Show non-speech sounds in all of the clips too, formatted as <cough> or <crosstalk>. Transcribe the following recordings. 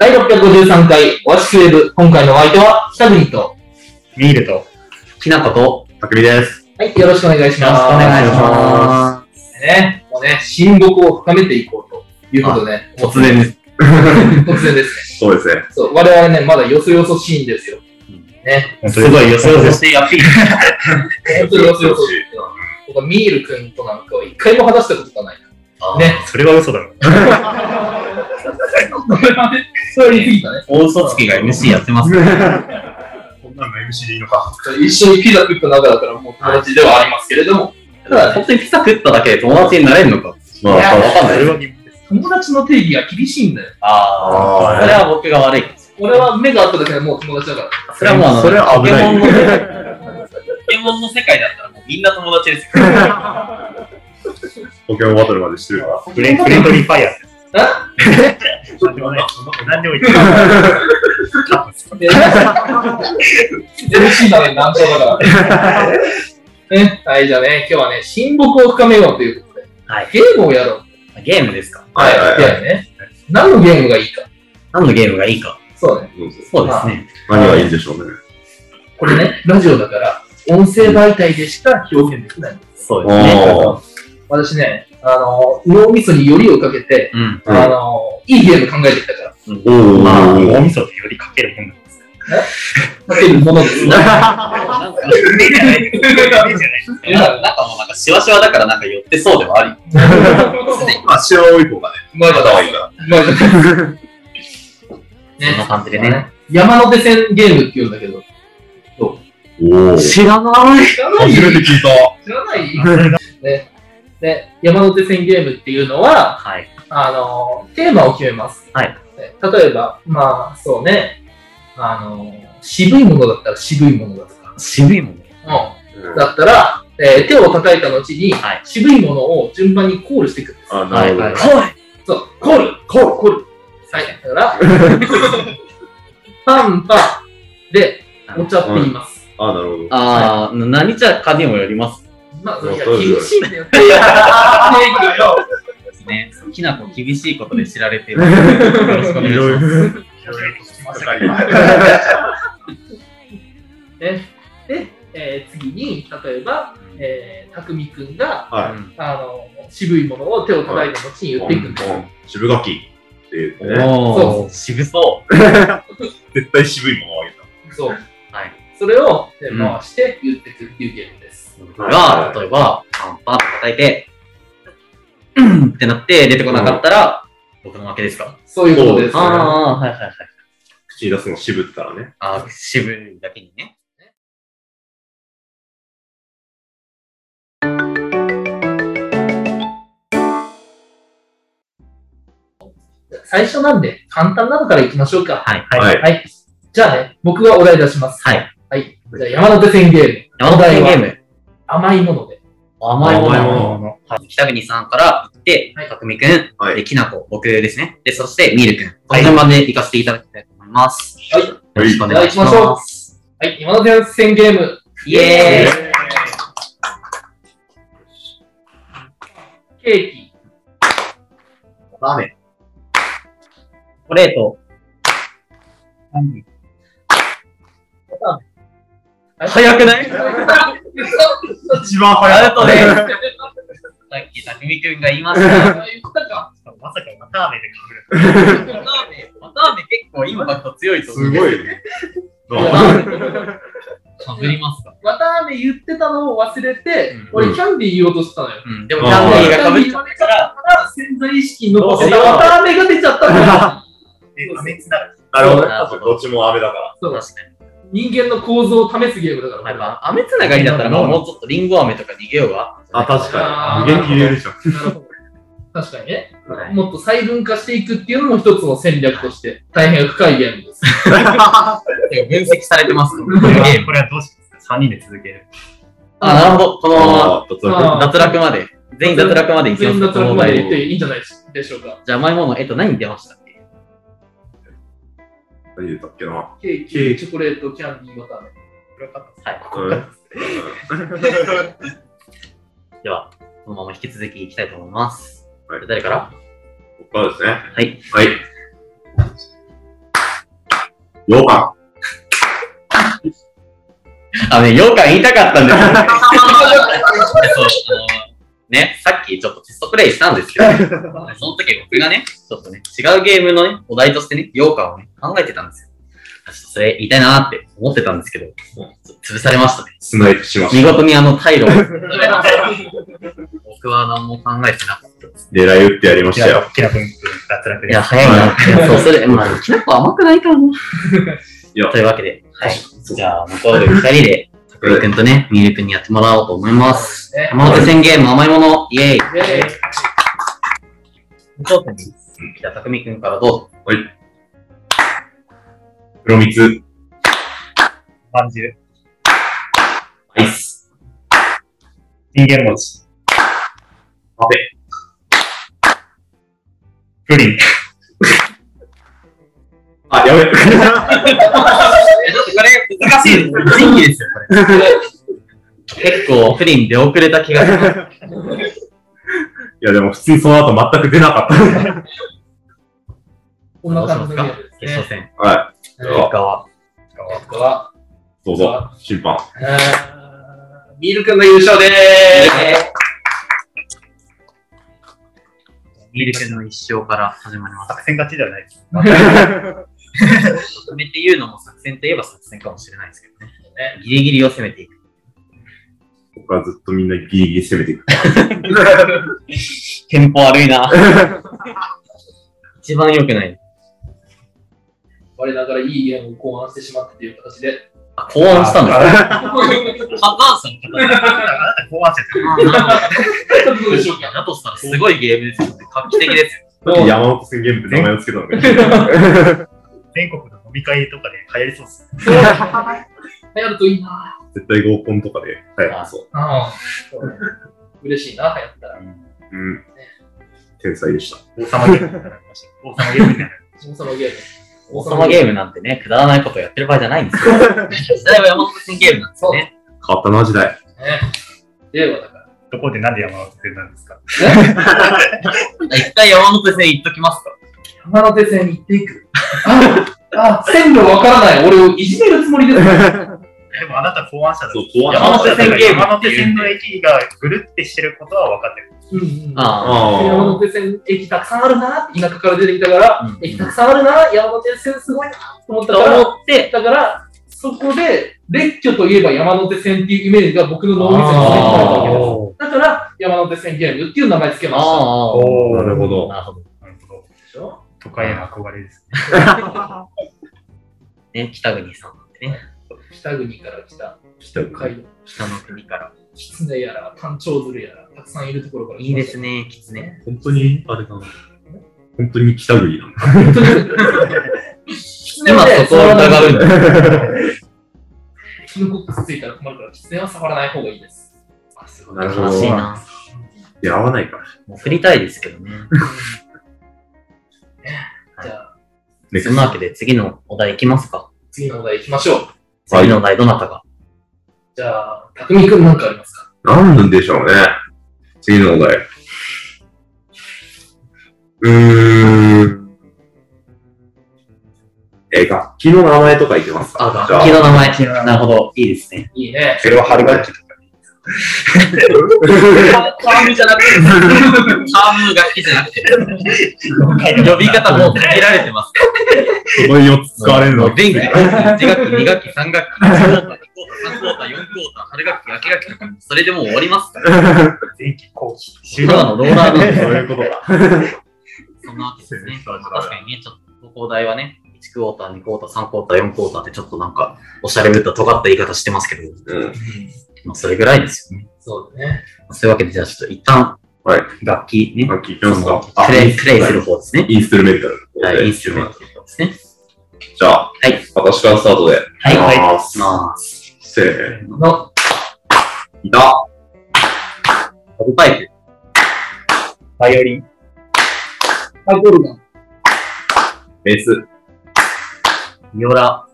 第653回、おわしウェブ。今回のお相手は、北国と。ミールと、きなこと、たくみです。はい、よろしくお願いします。お願いしまます。す。ね、もうね、親睦を深めていこうということでね。突然です。 <laughs> 突然ですね。そうですね。そう、我々ね、まだよそよそしいんですよ。ね、本当すにごい予想そしてアピール。本当によそよそしい。このミール君となんかは一回も話したことがない。ね。それは嘘だろ。それはね、それは言い過ぎたね。大嘘つきが MC やってますね。こんなの MC でいいのか。一緒にピザ食った中だからもう友達ではありますけれども、ただね、本当にピザ食っただけで友達になれるのか。まあ、いやわかんないそれです。は疑問です。友達の定義が厳しいんだよ。あああ、それは僕が悪い。俺は目が合っただけでもう友達だから。それはもうあの、それはポ危ケないモンのね、ポケモンの世界だったらもうみんな友達ですよ。ポケモンバトルまでしてるから。フレフレンドリーフ <laughs> ァイヤーです。なんでもない。なんでもいい。で MC だね、難聴だ <laughs> から。ね、はい、じゃあね、今日はね、親睦を深めようということで、はいゲームをやろう。ゲームですかはいはいはいだよね。何のゲームがいいか。何のゲームがいいか。そうね。うんそうですね。何がいいんでしょうね。これね、ラジオだから、音声媒体でしか表現できない。そうですね。おー。私ね、あの、脳みそによりをかけて、うん。うんあの、いいゲーム考えてきたから、おー。まあ、お大味噌でよりかけるもんなんですかけるものです <laughs> ね。なんか、 <laughs> 目じゃない。目じゃない。なんかもうなんか、しわしわだからなんか寄ってそうではあり。まあ、白多い方がね、うまいこと頭いいから。うまいことそんな感じでね。ね。山手線ゲームって言うんだけど、おー。知らない。知らない初めて聞いた。知らないね。で、山手線ゲームっていうのは、はい。あの、テーマを決めます。はいね。例えば、まあ、そうね、あの、渋いものだったら渋いものだとか、渋いもんね。うん。だったら、えー手を叩いた後に、はい渋いものを順番にコールしていくんです。あ、なるほはいど。ははい。そう、コールコールコールはい。だから、 <laughs> パンパンで、お茶って言います。あ、なるほど。ああ、何じゃかにもよりますまあ、うんいや、そうです厳しいんだ <laughs> よ。いや、よ。ね。きなこ厳しいことで知ら <laughs> れている。よろしくお願いします。ね、で、えー次に例えば、えー、たくみくんがはあの渋いものを手を叩いた後に言っていくんです、い。渋柿っていううんね。おお、渋そう。絶対渋いものをあげた。そう、はいそれを、ね、うん回して言っていくっていうゲームです、が、例えば、パンパンと叩いて、うんってなって出てこなかったら、僕の負けですか。そういうことですそうねああ、はいはいはい。口に出すの渋ったらね。あー渋いだけにね。最初なんで簡単なのからいきましょうかはい。ははい。はいじゃあね僕がお題出しますはい。はいじゃあ山手線ゲーム山手線ゲーム。甘いもので甘いも甘いものの。はい北国さんから行ってはい、たくみくん、はいできなこ、僕ですね。で、そして、みるくん。この順番で行かせていただきたいと思います。はいよろしくお願いしじゃあ行きまましす。はい山手線ゲームイエーイケーキラーメン。チョコレート。早く <laughs> ない一番ア早ウトです。さっき、たくみくんが言いました。言った <laughs> かまさかまた雨で隠ラーメン、ラーメン結構インパクト強いと思う。すごいね。 <laughs> どうもかぶりますか綿あめ言ってたのを忘れて、うん俺キャンディー言おうとしてたのよ。うん、でもうんキャンディーがかぶっキちゃャっンディー言われちたゃかっら、たから潜在意識に残ってたどうせよ綿あめが出ちゃった <laughs> から、れてた。なるほなるほど。どっちも雨だかそう確かに。人間の構造を試すゲームだから。やっぱ、雨つながりだったら、まあもうちょっとリンゴ飴とか逃げようが。ら。あ、確あかーに。無限切れるじゃん。なるほど確かにね、はいもっと細分化していくっていうのも一つの戦略として大変深いゲームです。てか分析されてます。このこ <laughs> ゲれーはム。これはどうしますか ?3 人で続ける。あ、なるほど。このままあー、脱落あー脱落まで。全員脱落まで行全きます員か。脱落まで言っていいんじゃないでしょうか。じゃあ甘いもの、えっと、何に出ましたっけ何言ったっけな。ケーキ、チョコレート、キャンディー、綿あめ。はい。 <laughs> では、このまま引き続きいきたいと思います。はい誰から僕はですね。はい。はい。ようかあのね、羊羹言いたかったん <laughs> ですよ、ね。そう、あの、ね、さっきちょっとテストプレイしたんですけど、その時僕がね、ちょっとね、違うゲームのね、お題としてね、羊羹をね、考えてたんですよ。ちょっとそれ言いたいなーって思ってたんですけど、ちょっと潰されましたね。スナイプしまし見た。事にあの、退路 <laughs> を潰されました。僕は何も考えてなかったです。狙い撃ってやりましたよ。キラ君、脱落いでや、す。早いな。 <laughs> いやそう、それ、まあ、きなこ甘くないからな。いやというわけで、はい。そうじゃあ、向こうで二人で、たくくんとね、みゆるくんにやってもらおうと思います。ね山手線ゲーム甘いもの、イエーイ。イェーイ頂点です。じゃあ、たくみくんからどうぞ。黒蜜、まんじゅう。アイス。人間餅。パフェ、プリン。あ、やべ。ちょっとこれ、難しいです。人気ですよ、これ。結構、プリン出遅れた気がします。 <laughs> いや、でも普通にその後全く出なかった。こんな感じのゲームで決すね勝。戦。 <laughs> はい。結結果は。果は、どうぞ、審判。えーミール君の優勝でーす。みゆるくんの一生から始まります。 <laughs> 作戦勝ちではないです。止めて言うのも作戦といえば作戦かもしれないですけどね。ギリギリを攻めていく。僕はずっとみんなギリギリ攻めていく。テンポ悪いな。一番良くない。我ながらいいゲームを考案してしまったという形 <laughs> で。あ、考案したんだ。あハガンさんあなた考案者ですよ。どうでしょうかだとしたらすごいゲームですよね。画期的ですよ。山本宣言部名前をつけたのが。全国の飲み会とかで流行りそうです。流行るといいな <laughs> 絶対合コンとかで流行りそう。あそうね嬉しいな、流行ったら。うん。天才でした。王様ゲームみたいになりました。王様ゲームみたいな。王様ゲーム。王様ゲームなんてね、くだらないことやってる場合じゃないんですよ。時代は山本戦ゲームなんですよね。変わったな、時代。ム。ね。令和だから。どこでなんで山を作なんですか一回山本戦行っときますか。山手線に行ってい <laughs> く。あ、あ線路わからない。俺をいじめるつもりです。でもあなた考案者だ。そう、考案山山手手線線ゲゲーームム。山手線の駅がぐるってしてることは分かってる。うんうんあ山ああ。手線駅たくさんあるな。田舎から出てきたから、うん駅たくさんあるな。山手線すごいな。と思ったかとら、思って、だから、そこで、列挙といえば山手線っていうイメージが僕の脳みそについてたわけです。おだから、山手線ゲームっていう名前つけました。ああ、おなるほど。なるほど。なるほど。でしょ都会への憧れですね。ね、北国さんなんてね、北国から来た来た北海道、北の国から。狐やら、タンチョウズルやら、たくさんいるところからいいですね、き <laughs> つね。本当に、あれだな。本当に北国なんだ。狐今はねそこを疑うんだよ。キノコくっついたら困るから、狐は触らない方がいいです。あ、すごい。なるほ悲どしいな。出会わないから。もう振りたいですけ <laughs> どね。じゃあ、ねそんなわけで次のお題いきますか。次のお題行きましょう。はい次のお題どなたが。じゃあ、たくみくんなんかありますか何なんでしょうね。次のお題。うーん。え、楽器の名前とかいけますかあ、じゃ楽器の名前。なるほど。いいですね。いい <laughs> ね。それは春楽器とかタームじゃなくて、ターム楽器じゃなくて、呼び方もう限られてます。その4つ使われるの。電気、1学期、2学期、3学期、1クォーター、2クォーター、3クォーター、4クォーター、春学期、秋学期とかも、それでもう終わりますから。前期後期。ただのローラーなんで、そういうことだ。そんなわけですね。確かにね、ちょっと、高台はね、1クォーター、2クォーター、3クォーター、4クォーターってちょっとなんか、おしゃれぶった尖った言い方してますけど、うん。まあ、それぐらいですよね。そうだね。そういうわけで、じゃあちょっと一旦、はい。楽器ね、楽器いきますかプレイ、プレイするる。方ですね。インストゥルメンタル。はい、インストゥルメントですね。じゃあ、はい私からスタートで。はい、いきはい。ます。まあ、せーの。の、ギター、アルバイク、バイオリン。タコルガン、ベース、ビオラ、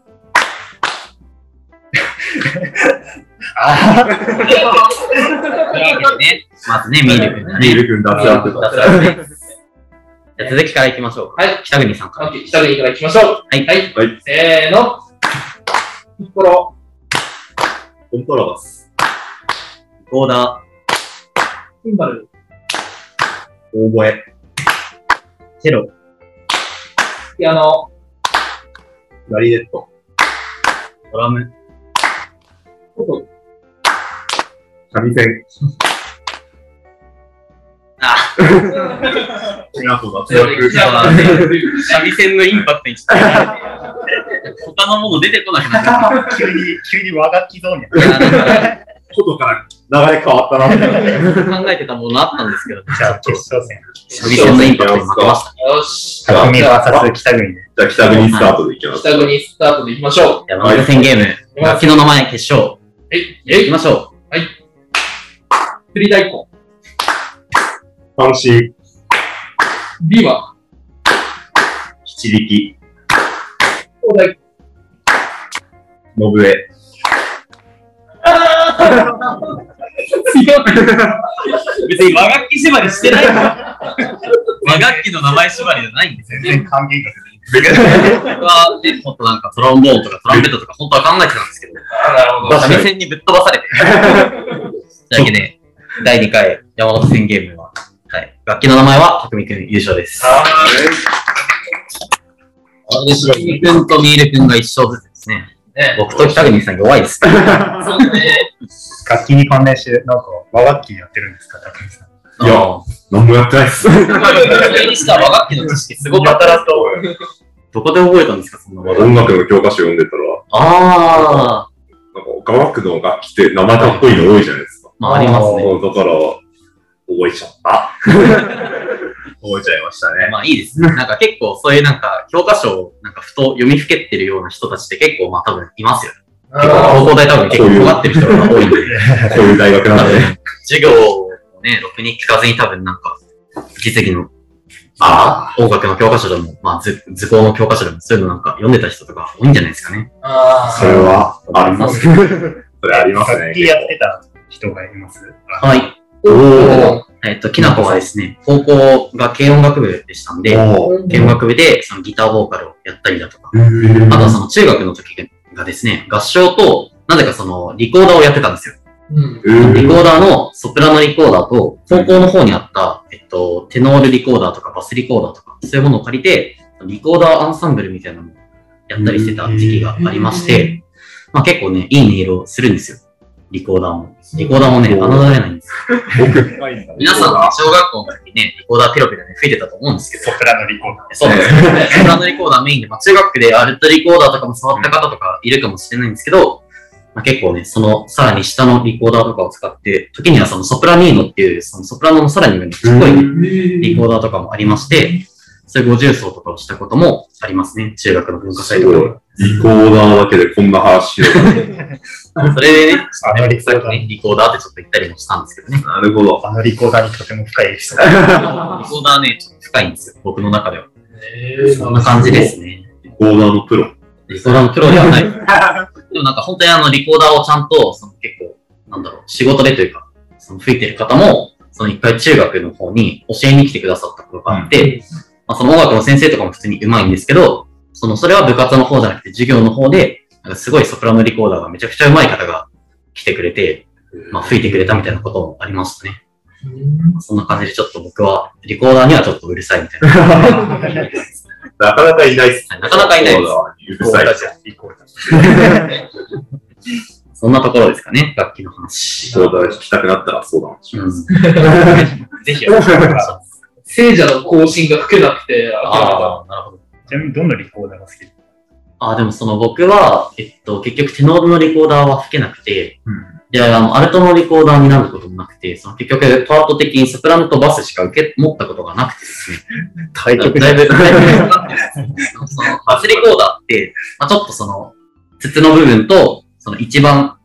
いいですああ。ね。まずね、ミール君がね。ビール君脱落だ。脱落ねじゃあ続きからいきましょうか。はい。北国さんから。オッケー、下でいただきましょう。はいはい。はいせーの。コロ。コントラバス。ゴーダシンバル。オーボエ。ー、チェロ、ピアノ。ラリネット。ドラム、音。三味線。あ、シナコ脱強い落。口はね、三味線のインパクトにちょっと他のもの出てこなくなっちゃっ急に、急に和楽器ゾーンに。たいやなんかことから流れ変わったな。考えてたものあったんですけど、じゃあ、決勝戦。三味線のインパクトに負けました。よし。匠匠じゃあ VS 北国で。じゃあ、北国スタートでいきます。下国スタートでいきましょう。山手線ゲーム、はい楽器の名前決勝、はい。いえきい。ましょう。釣り大根。三振。ビワ。七力。東大。信江。強い。別に和楽器縛りしてないから。 <laughs> 和楽器の名前縛りじゃないんですよ全ね。然還元が出僕はね、もっとなんかトロンボーンとかトランペットとか本当は考えてたんですけど、なるほ確かに三味線にぶっ飛ばされて。というわけで、第2回山手線ゲームは、はい、楽器の名前は匠くん優勝です。面白い匠ねくんとミールくんが一勝ずつですね。ね。僕と北国さん弱いです。そうですね。楽器に関連して、なんか和楽器やってるんですか、匠さん。いや何もやってないっす。それにした和楽器の知識すごかったらどこで覚えたんですか、そんな和楽器。音楽の教科書読んでたら、あー、なんか、雅楽の楽器って名前かっこいいの多いじゃないですか。まあありますね。そうだから、覚えちゃった。覚えちゃいましたね。まあいいです <laughs> ね。なんか結構そういうなんか教科書をなんかふと読みふけってるような人たちって結構まあ多分いますよね。結構高校大多分結構尖ってる人が多 <laughs> いんで。こういう大学なんで。授業をね、ろくに聞かずに多分なんか、実技の、ああ、音楽の教科書でも、まあ図、図工の教科書でも、そういうのなんか読んでた人とか多いんじゃないですかね。あそれは、あります。それあります楽ね。器やってた人がいます。はい。ーおえっと、きなこはですね、高校が軽音楽部でしたんで、おおー軽音楽部でそのギターボーカルをやったりだとか、ーあとはその中学の時がですね、合唱と、なぜかその、リコーダーをやってたんですよ。うん。リコーダーの、ソプラノリコーダーと、高校の方にあった、えっと、テノールリコーダーとかバスリコーダーとか、そういうものを借りて、リコーダーアンサンブルみたいなのをやったりしてた時期がありまして、まあ結構ね、いい音色をするんですよ。リコーダーも。リコーダーもね、侮れないんですよ。皆さん、小学校の時ね、リコーダーペロペロね、吹いてたと思うんですけどソ、プラノリコーダそうなんですよ <laughs> ね。ソプラノリコーダーメインで、まあ中学でアルトリコーダーとかも触った方とかいるかもしれないんですけど、まあ、結構ね、そのさらに下のリコーダーとかを使って、時にはそのソプラニーノっていう、そのソプラノのさらに上のちっこいね、リコーダーとかもありまして、そういう50奏とかをしたこともありますね。中学の文化祭とかで。リコーダーだけでこんな話を。それでね、ー。あのリコさーっきダねー、リコーダーってちょっと言ったりもしたんですけどね。なるほど。あのリコーダーにとても深いエピソーリコーダーね、ちょっと深いんですよ。僕の中では。えーそんな感じですね。リコーダーのプロ。リコーダーのプロではない。でもなんか本当にあのリコーダーをちゃんと、その結構、なんだろう、仕事でというか、その吹いてる方も、その一回中学の方に教えに来てくださったことがあって、まあ、その音楽の先生とかも普通に上手いんですけど、そのそれは部活の方じゃなくて授業の方で、なんかすごいソプラノリコーダーがめちゃくちゃ上手い方が来てくれて、まあ吹いてくれたみたいなこともありましたね。そんな感じでちょっと僕はリコーダーにはちょっとうるさいみたいな。ド。なかなかいないっす。なかなかいないです。うるさい。リコーダー。そんなところですかね、楽器の話。リコーダー弾きたくなったら相談しうま <laughs> んす。ぜ <laughs> ひお願 <laughs> いします。聖者の更新が吹けなくて、ああ、なるほど。ちなみにどのリコーダーが好きああ、でもその僕は、えっと、結局テノールのリコーダーは吹けなくて、うんで、あの、アルトのリコーダーになることもなくて、その結局パート的にソプラノとバスしか受け持ったことがなくてですね。 <laughs> 対だいぶ、だいぶ、 <laughs> その、バスリコーダーって、まあ、ちょっとその、筒の部分と、その一番、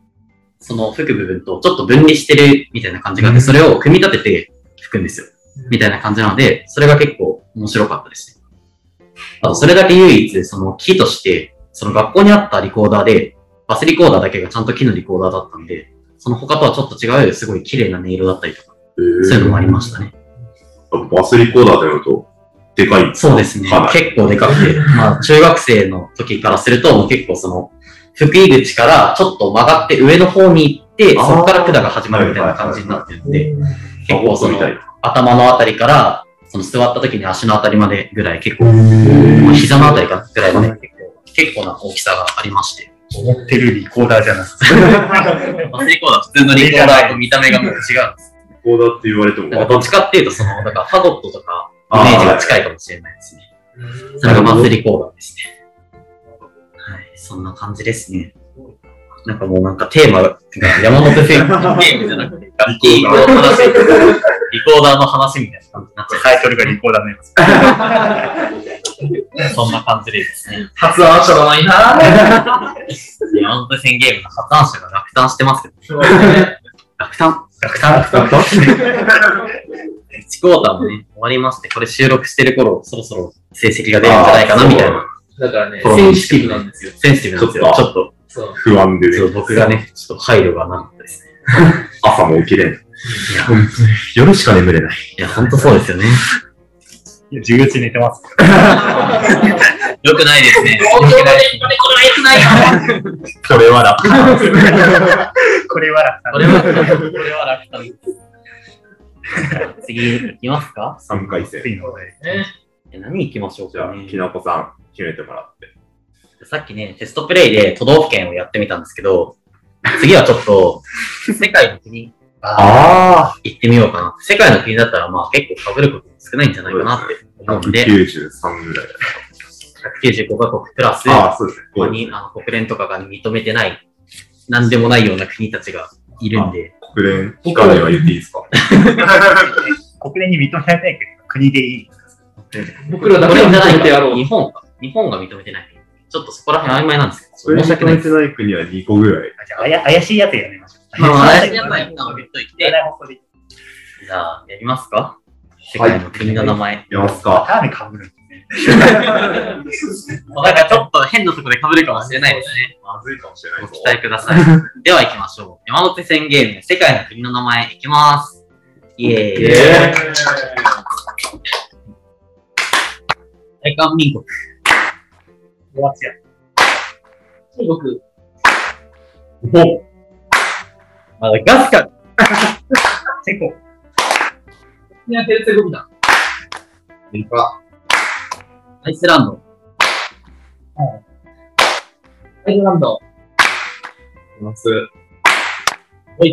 その吹く部分とちょっと分離してるみたいな感じがあって、それを組み立てて吹くんですよ。みたいな感じなので、それが結構面白かったですね。あと、それだけ唯一、その木として、その学校にあったリコーダーで、バスリコーダーだけがちゃんと木のリコーダーだったんで、その他とはちょっと違う、すごい綺麗な音色だったりとか、そういうのもありましたね。バスリコーダーでやると、でかい。そうですねかな。り結構でかくて、まあ、中学生の時からすると、もう結構その、福井口からちょっと曲がって上の方に行って、そあーこから管が始まるみたいな感じになってるんで、結構そみのたい。頭のあたりから、その座った時に足のあたりまでぐらい結構、まあ膝のあたりかぐらいまで結構、結構な大きさがありまして、思ってるリコーダーじゃないまあリコーダー普通のリコーダーと見た目がもう違う。こうだって言われても。なんかどっちかっていうと、その、なんかファゴットとか、イあーメージが近いかもしれないですね。それがマンスリーコーダーですね。はい、そんな感じですね。なんかもうなんかテーマが山本先生のテーマじゃなくて、楽器の話、リコーダーの話みたいな感じになっちゃタイトルがリコーダーのやつ。う。そんな感じですね。発案者だないな。山本先生ゲームの発案者が落胆してますけど、そうね。落胆楽単楽単 ?1 クォーターもね、終わりまして、これ収録してる頃、そろそろ成績が出るんじゃないかなみたいな、だからね、そうセンシティブなんですよ。センシティブなんですよ。ちちょっと、そう。不安でちょっね、と僕がね、ちょっと配慮がなかったですね。朝も起きれいん。や、夜しか眠れない。いやほんとそうですよね。いや、授業中寝てます。よくないですね。東京まで行かれこれは良く <laughs> ないよ。これは楽これは楽単これは、これは楽単です。次、行きますか3回戦。次のお題ねえ何行きましょうじゃかあ、ねきなこさん、決めてもらって。さっきね、テストプレイで都道府県をやってみたんですけど、次はちょっと、世界の国あ行ってみようかな。世界の国だったら、まあ結構被ることも少ないんじゃないかなって思うんで、 193ぐらい。 195カ国プラス、ああ、そうですね。ここにあの国連とかが認めてない、なんでもないような国たちがいるんで、国連機関には言っていいですか国連に認められないけど、国でいい。僕らだこけれじじゃゃなないいてやろか、う。日本か。日本が認めてない。ちょっとそこら辺曖昧なんですそけれ <laughs> ど、に申し訳認ないめでてす。ない国は2個ぐらい。じゃあ、あや怪しいやつやめましょう。まあ、怪怪ししいいややつつははや一め旦置いといでて、じゃあ、やりますか世界の国の名前。やますか。ターンかぶるんですね。もうなんかちょっと変なとこで被るかもしれないですね。まずいかもしれないごぞ期待くだ <laughs> さい。では行きましょう。山手線ゲーム、世界の国の名前いきます。イエーイ。イエ大韓民国、終わっちゃうーイ中国、まだガスカル、チェコ、いや、テルツェゴビナ、リカ、アイスランド、アイルランド、フランス、エ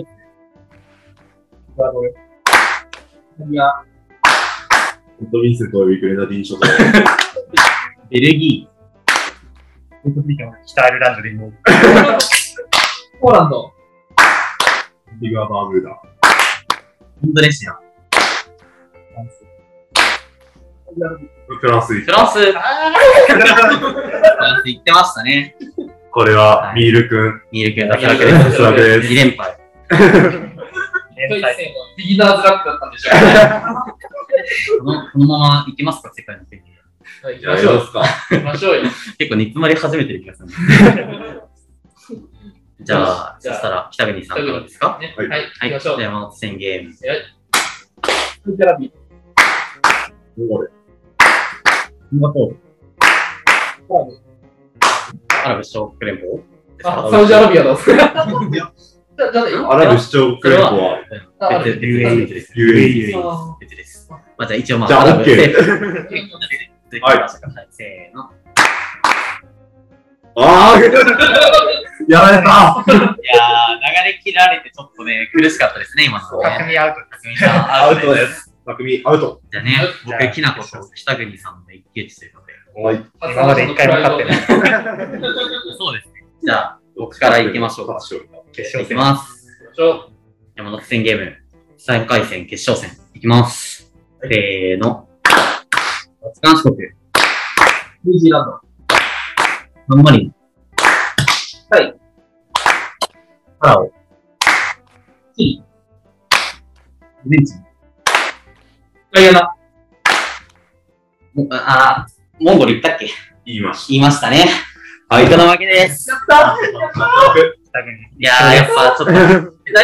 クアドル、イタリア、ントミンセント、ウィグレナディン諸島、ベルギプエルトリコ北アイルランドでもう、ポーランド、ビグアバーブーダ、ー、インドネシア、フランス行っフランス。フランス行ってましたね。これは、ミール君。ミール君脱落で脱落です2連敗。一回連載戦はビギナーズラックだったんでしょこのこのまま行きますか、世界の国。う。はい、行きじゃあ、ましやょりまう。すか。行きましょうよ。結構煮詰まり始めてる気がす <laughs> る。じゃあ、じそゃあしたら北国さんからですかねはいはい、は行い、きましじょゃうあ。山手線ゲーム。サウジアラビもうシンガポール、ア、ポーランドアラブ首長国連邦であ、すかサウジアラビアだ。じゃあ、じゃあ、俺アラブ首長国連邦はああ別る別別です。 UAE。あ別です。まあ、じゃあ一応まあ、じゃあアラブ OK 政府政府ですね続きましてくださいせーの。ああやられたいやー、流れ切られてちょっとね、苦しかったですね、今 <laughs> のね。匠アウトかすみちゃんアウトです。す。匠、アウト。じゃあね、じゃ僕、あきなこと北国さんの一騎打ちということで。はい。今まで一回も勝ってない。そうですね。じゃあ、僕から行きましょうか。う。決行勝き戦。ます。ちょ山手線ゲーム、3回戦決勝戦。いきます。せーの。アフガン四国、ニュージーランド、マンマリン。はい。パラオ。チリ、アルゼンチン。ガイアナ、もああ、モンゴル行ったっけ言いまし言いましたね。はい。人の負けです。た。北国いやー、やっぱちょっと、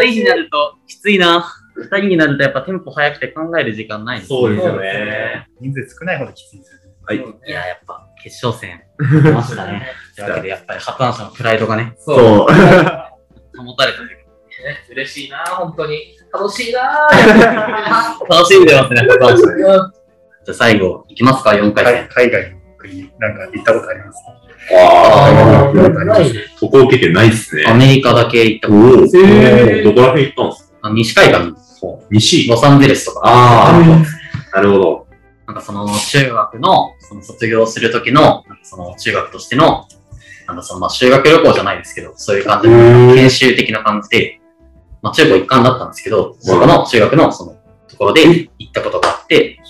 二人になるときついな。二人になるとやっぱテンポ速くて考える時間ないんですねそうですよね。人数少ないほどきついですよね。はいそういねや、やっぱ決勝戦、出ました <laughs> ね。というわけで、やっぱり発案者のプライドがね、そうそう。保たれたというね嬉しいな、本当に。楽しいな。やっか楽しんでますね、発案者。ぱりうんじゃあ最後、いきますか、4回海戦。海外の国、なんか行ったことありますああーないねあ、渡航経験ないっすね。アメリカだけ行ったおこおへーどこら辺行ったんですかとあ西海岸、西ロサンゼルスとか、ああ、なるほど。なんかその中学の、その卒業する時の、なんかその中学としての、なんかそのまあ修学旅行じゃないですけど、そういう感じの研修的な感じで、まあ中高一貫だったんですけど、そこの中学のそのところで行ったことがあって、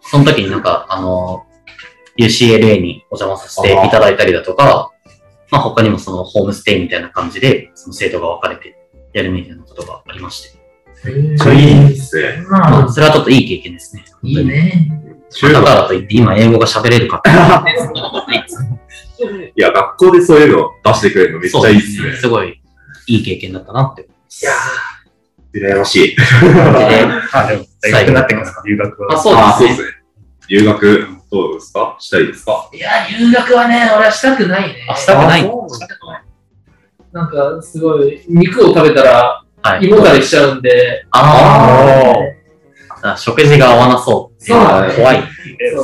その時になんか、あの、UCLA にお邪魔させていただいたりだとか、まあ他にもそのホームステイみたいな感じで、その生徒が分かれてやるみたいなことがありまして、めっちゃいいっすね。そんなまのあそれはちょっといい経験ですね。いいね。中だ学からといって今英語が喋れるかっていうねそんなことないですいや、学校でそういうの出してくれるのめっちゃいいっすそうねで。すごいいい経験だったなって。いや羨ましい。あ、でも、大学になってから留学は。あ、そうああ、そうでですすね。ね。留学、どうですかしたいですかーいや、留学はね、俺はしたくないね。あしたくないそうなんか、すごい、肉を食べたら、はい胃もたれしちゃうんで、ああーだから食事が合わなそうっていのがそう怖い。え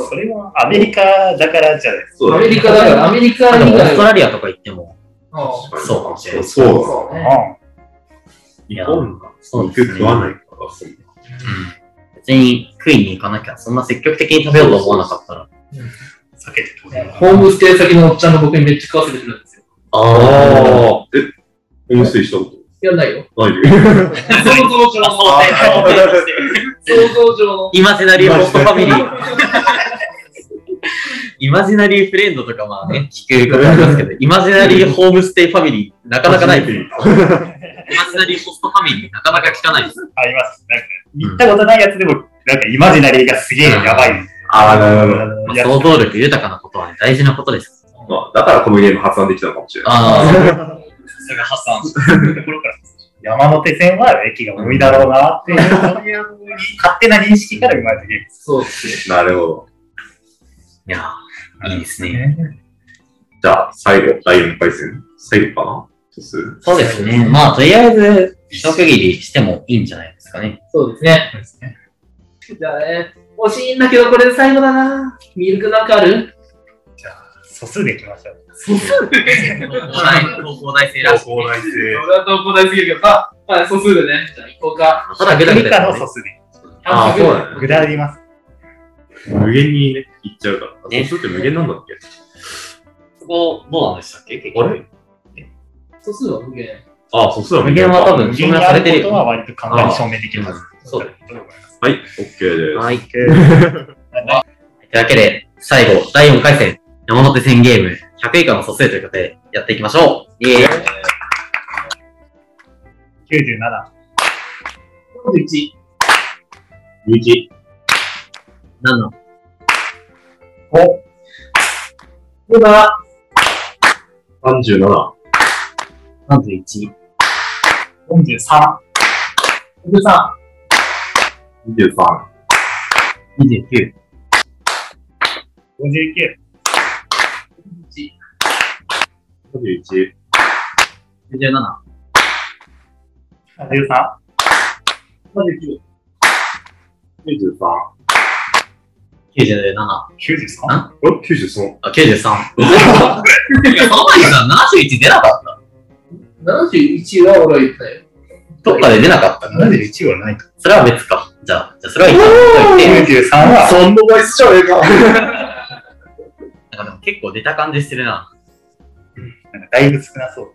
それはアメリカだからじゃないですそうアだメね。リカだから、アメリカでにもオ行ーストかラリアとか行っても、そそうかもしれないそうそううだ。か。ね。い日や、本がそうで肉すね食わないから、そううん別に食いに行かなきゃ、そんな積極的に食べようと思わなかったら。避けて当然。ホームステイ先のおっちゃんの僕にめっちゃ食わせてくるんですよ。あ。ああ、え、お店したこやんないよ。とないよ。想像上の、想像上の。イマジナリーホストファミリ <laughs> ー。イマジナリーフレンドとかまあね、聞くことありますけど、イマジナリーホームステイファミリー、なかなかないです。イマジナリーホストファミリー、なかなか聞かないです。あります。なんか、行ったことないやつでも、なんかイマジナリーがすげえやばい。 <laughs> ああ、なるほまあやつ想像力豊かなことはね、大事なことです。ど。まあ、だからこのゲーム発案できたのかもしれない。あそれが破産したというところから。山手線は駅が多いだろうなっていう、そういう勝手な認識から生まれたゲームでそうっすね。なるほあ、ど。いやす、ー、いいですね。ね。じゃあ、最後、第4回戦。最後かなトスそうですね。まあ、とりあえず、一区切りしてもいいんじゃないですかね。そうですね。じゃあね、惜しいんだけど、これで最後だな。ミルクなんかあるじゃあ、素数でいきましょう。そうっす <laughs> ね。東工大生らしい。俺は投稿大好きだけど、あ、まあ、素数でね。じゃあ行こうか。ただ、ぐだぐ理科だのね素数で。ああ、そうだね。ぐだります。無限にね、いっちゃうから。あね素数って無限なんだっけそこ、どうなんでしたっけ結あ局れ素数は無限。ああ、素数は無限は多か分、無証限明にさあれてるることよは割と簡単に証明できます。ね。そうだよ。どう思いますはい、OK です。はい。といはうわけで、最後、第4回戦、山手線ゲーム、100以下の素数ということで、やっていきましょう。イエーイ。 97。 41。 11。 7、今、53。39。31、29、27、97、37。23。21。93。43。59。13。93? え ?93。あ、93。いや、その前にさ、71出なかった。 71は俺は言ったよ。どっかで出なかった。 71はないか。それは別か。じゃあ、じゃあそれは一旦置いといて。 93は、そんな倍じゃねえか。なんかでも結構出た感じしてるな。なんかだいぶ少なそう。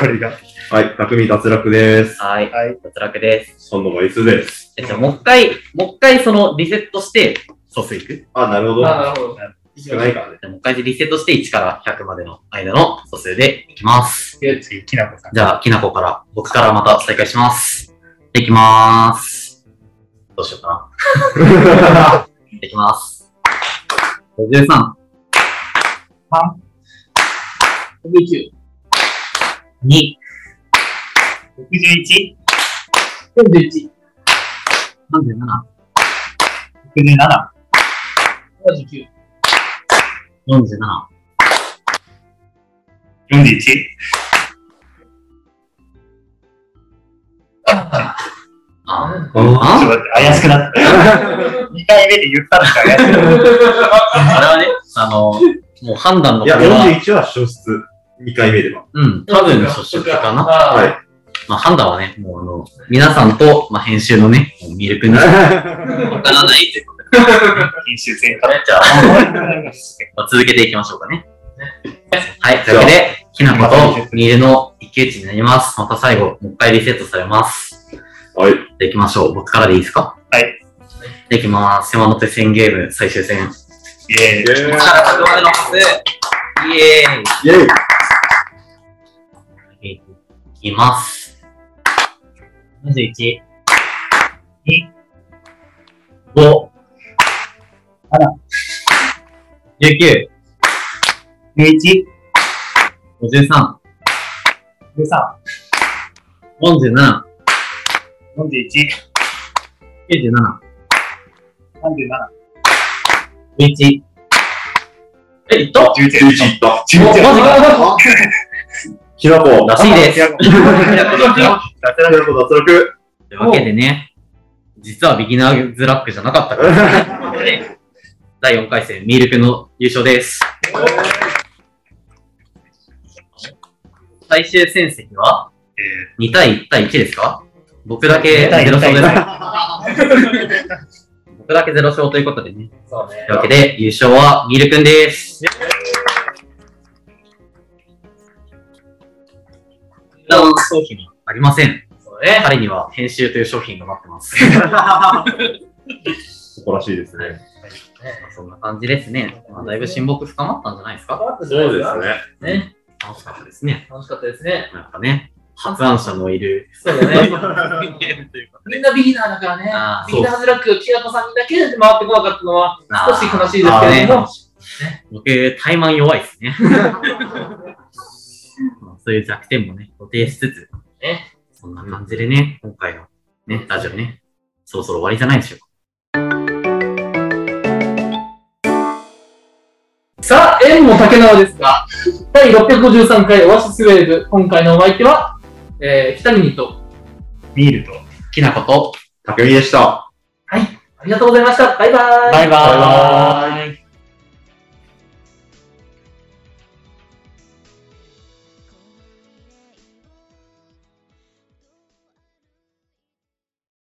これが。ははい、匠脱落です。はい。い。脱落です。そんな倍数です。え、じゃあもう一回、もう一回そのリセットして、ソースいく。あ、なるほあ、ど。なるほど。少ないからね。じゃあもう一回リセットして1から100までの間の素数でいきます。次、きなこさん。じゃあ、きなこから、僕からまた再開します。いきまーす。どうしようかな。いきます。53、 69。 2、 61。 41。 37。67。 79。 47。 41。うんあ、あちょっと待って、怪しくなった。2回目で言ったのか怪しくなっあれはね、あの、もう判断のいや、これは、 41は消失。2回目では。うん、多分初出かな。な。はいい。 <laughs> まあ判断はね、もうあの、皆さんと、まあ編集のね、もうミルクにわから <laughs> ないっていうことで、た。編集戦かね、じゃあ、まあ続けていきましょうかね。はい、というわけで、きなことミルの一騎打ちになります。また最後、もう一回リセットされます。はい。で、行きましょう。僕からでいいですかはい。で、行きます。山手線ゲーム最終戦。イェーイイ。ェここまでのパスイエーイーイいきます。21、2、5、7、 11、 19、53、 13、 47、 41、 97、 37、 11。え、 <laughs> いった11 11。いった。 11マジかきなこ、らしいです。きなこ脱と落。いうわけでね、実はビギナーズラックじゃなかったから、ね、第4回戦、ミルクの優勝です。最終戦績はえ2対1対1ですか僕だけ2対1 0勝です対。僕だけ0勝ということでね。そうねというわけで、優勝はミルくんです。商品はありません。そうね。彼には編集という商品が待って <laughs> ます。誇らしいですね。そんな感じですね。まあ、だいぶ親睦深まったんじゃないですかそうですね。ね。楽しかったですね。楽しかったですね。なんかね、発案者のい <laughs> る。そう <laughs> だね。みんなビギナーだからねあ。ービギナーズラック、キラコさんだけで回ってこなかったのは、少し悲しいですあーけれども。僕、怠慢弱いですね。まあ <laughs> そういう弱点もね、固定しつつ、ねそんな感じでね、今回のね、ラジオね、そろそろ終わりじゃないでしょうか。さあ、縁も竹縄ですが、第653回オアシスウェーブ、今回のお相手は、えー、北見と、ミールと。きなこと、匠でした。ありがとうございました。バイバーイ。バイバーイ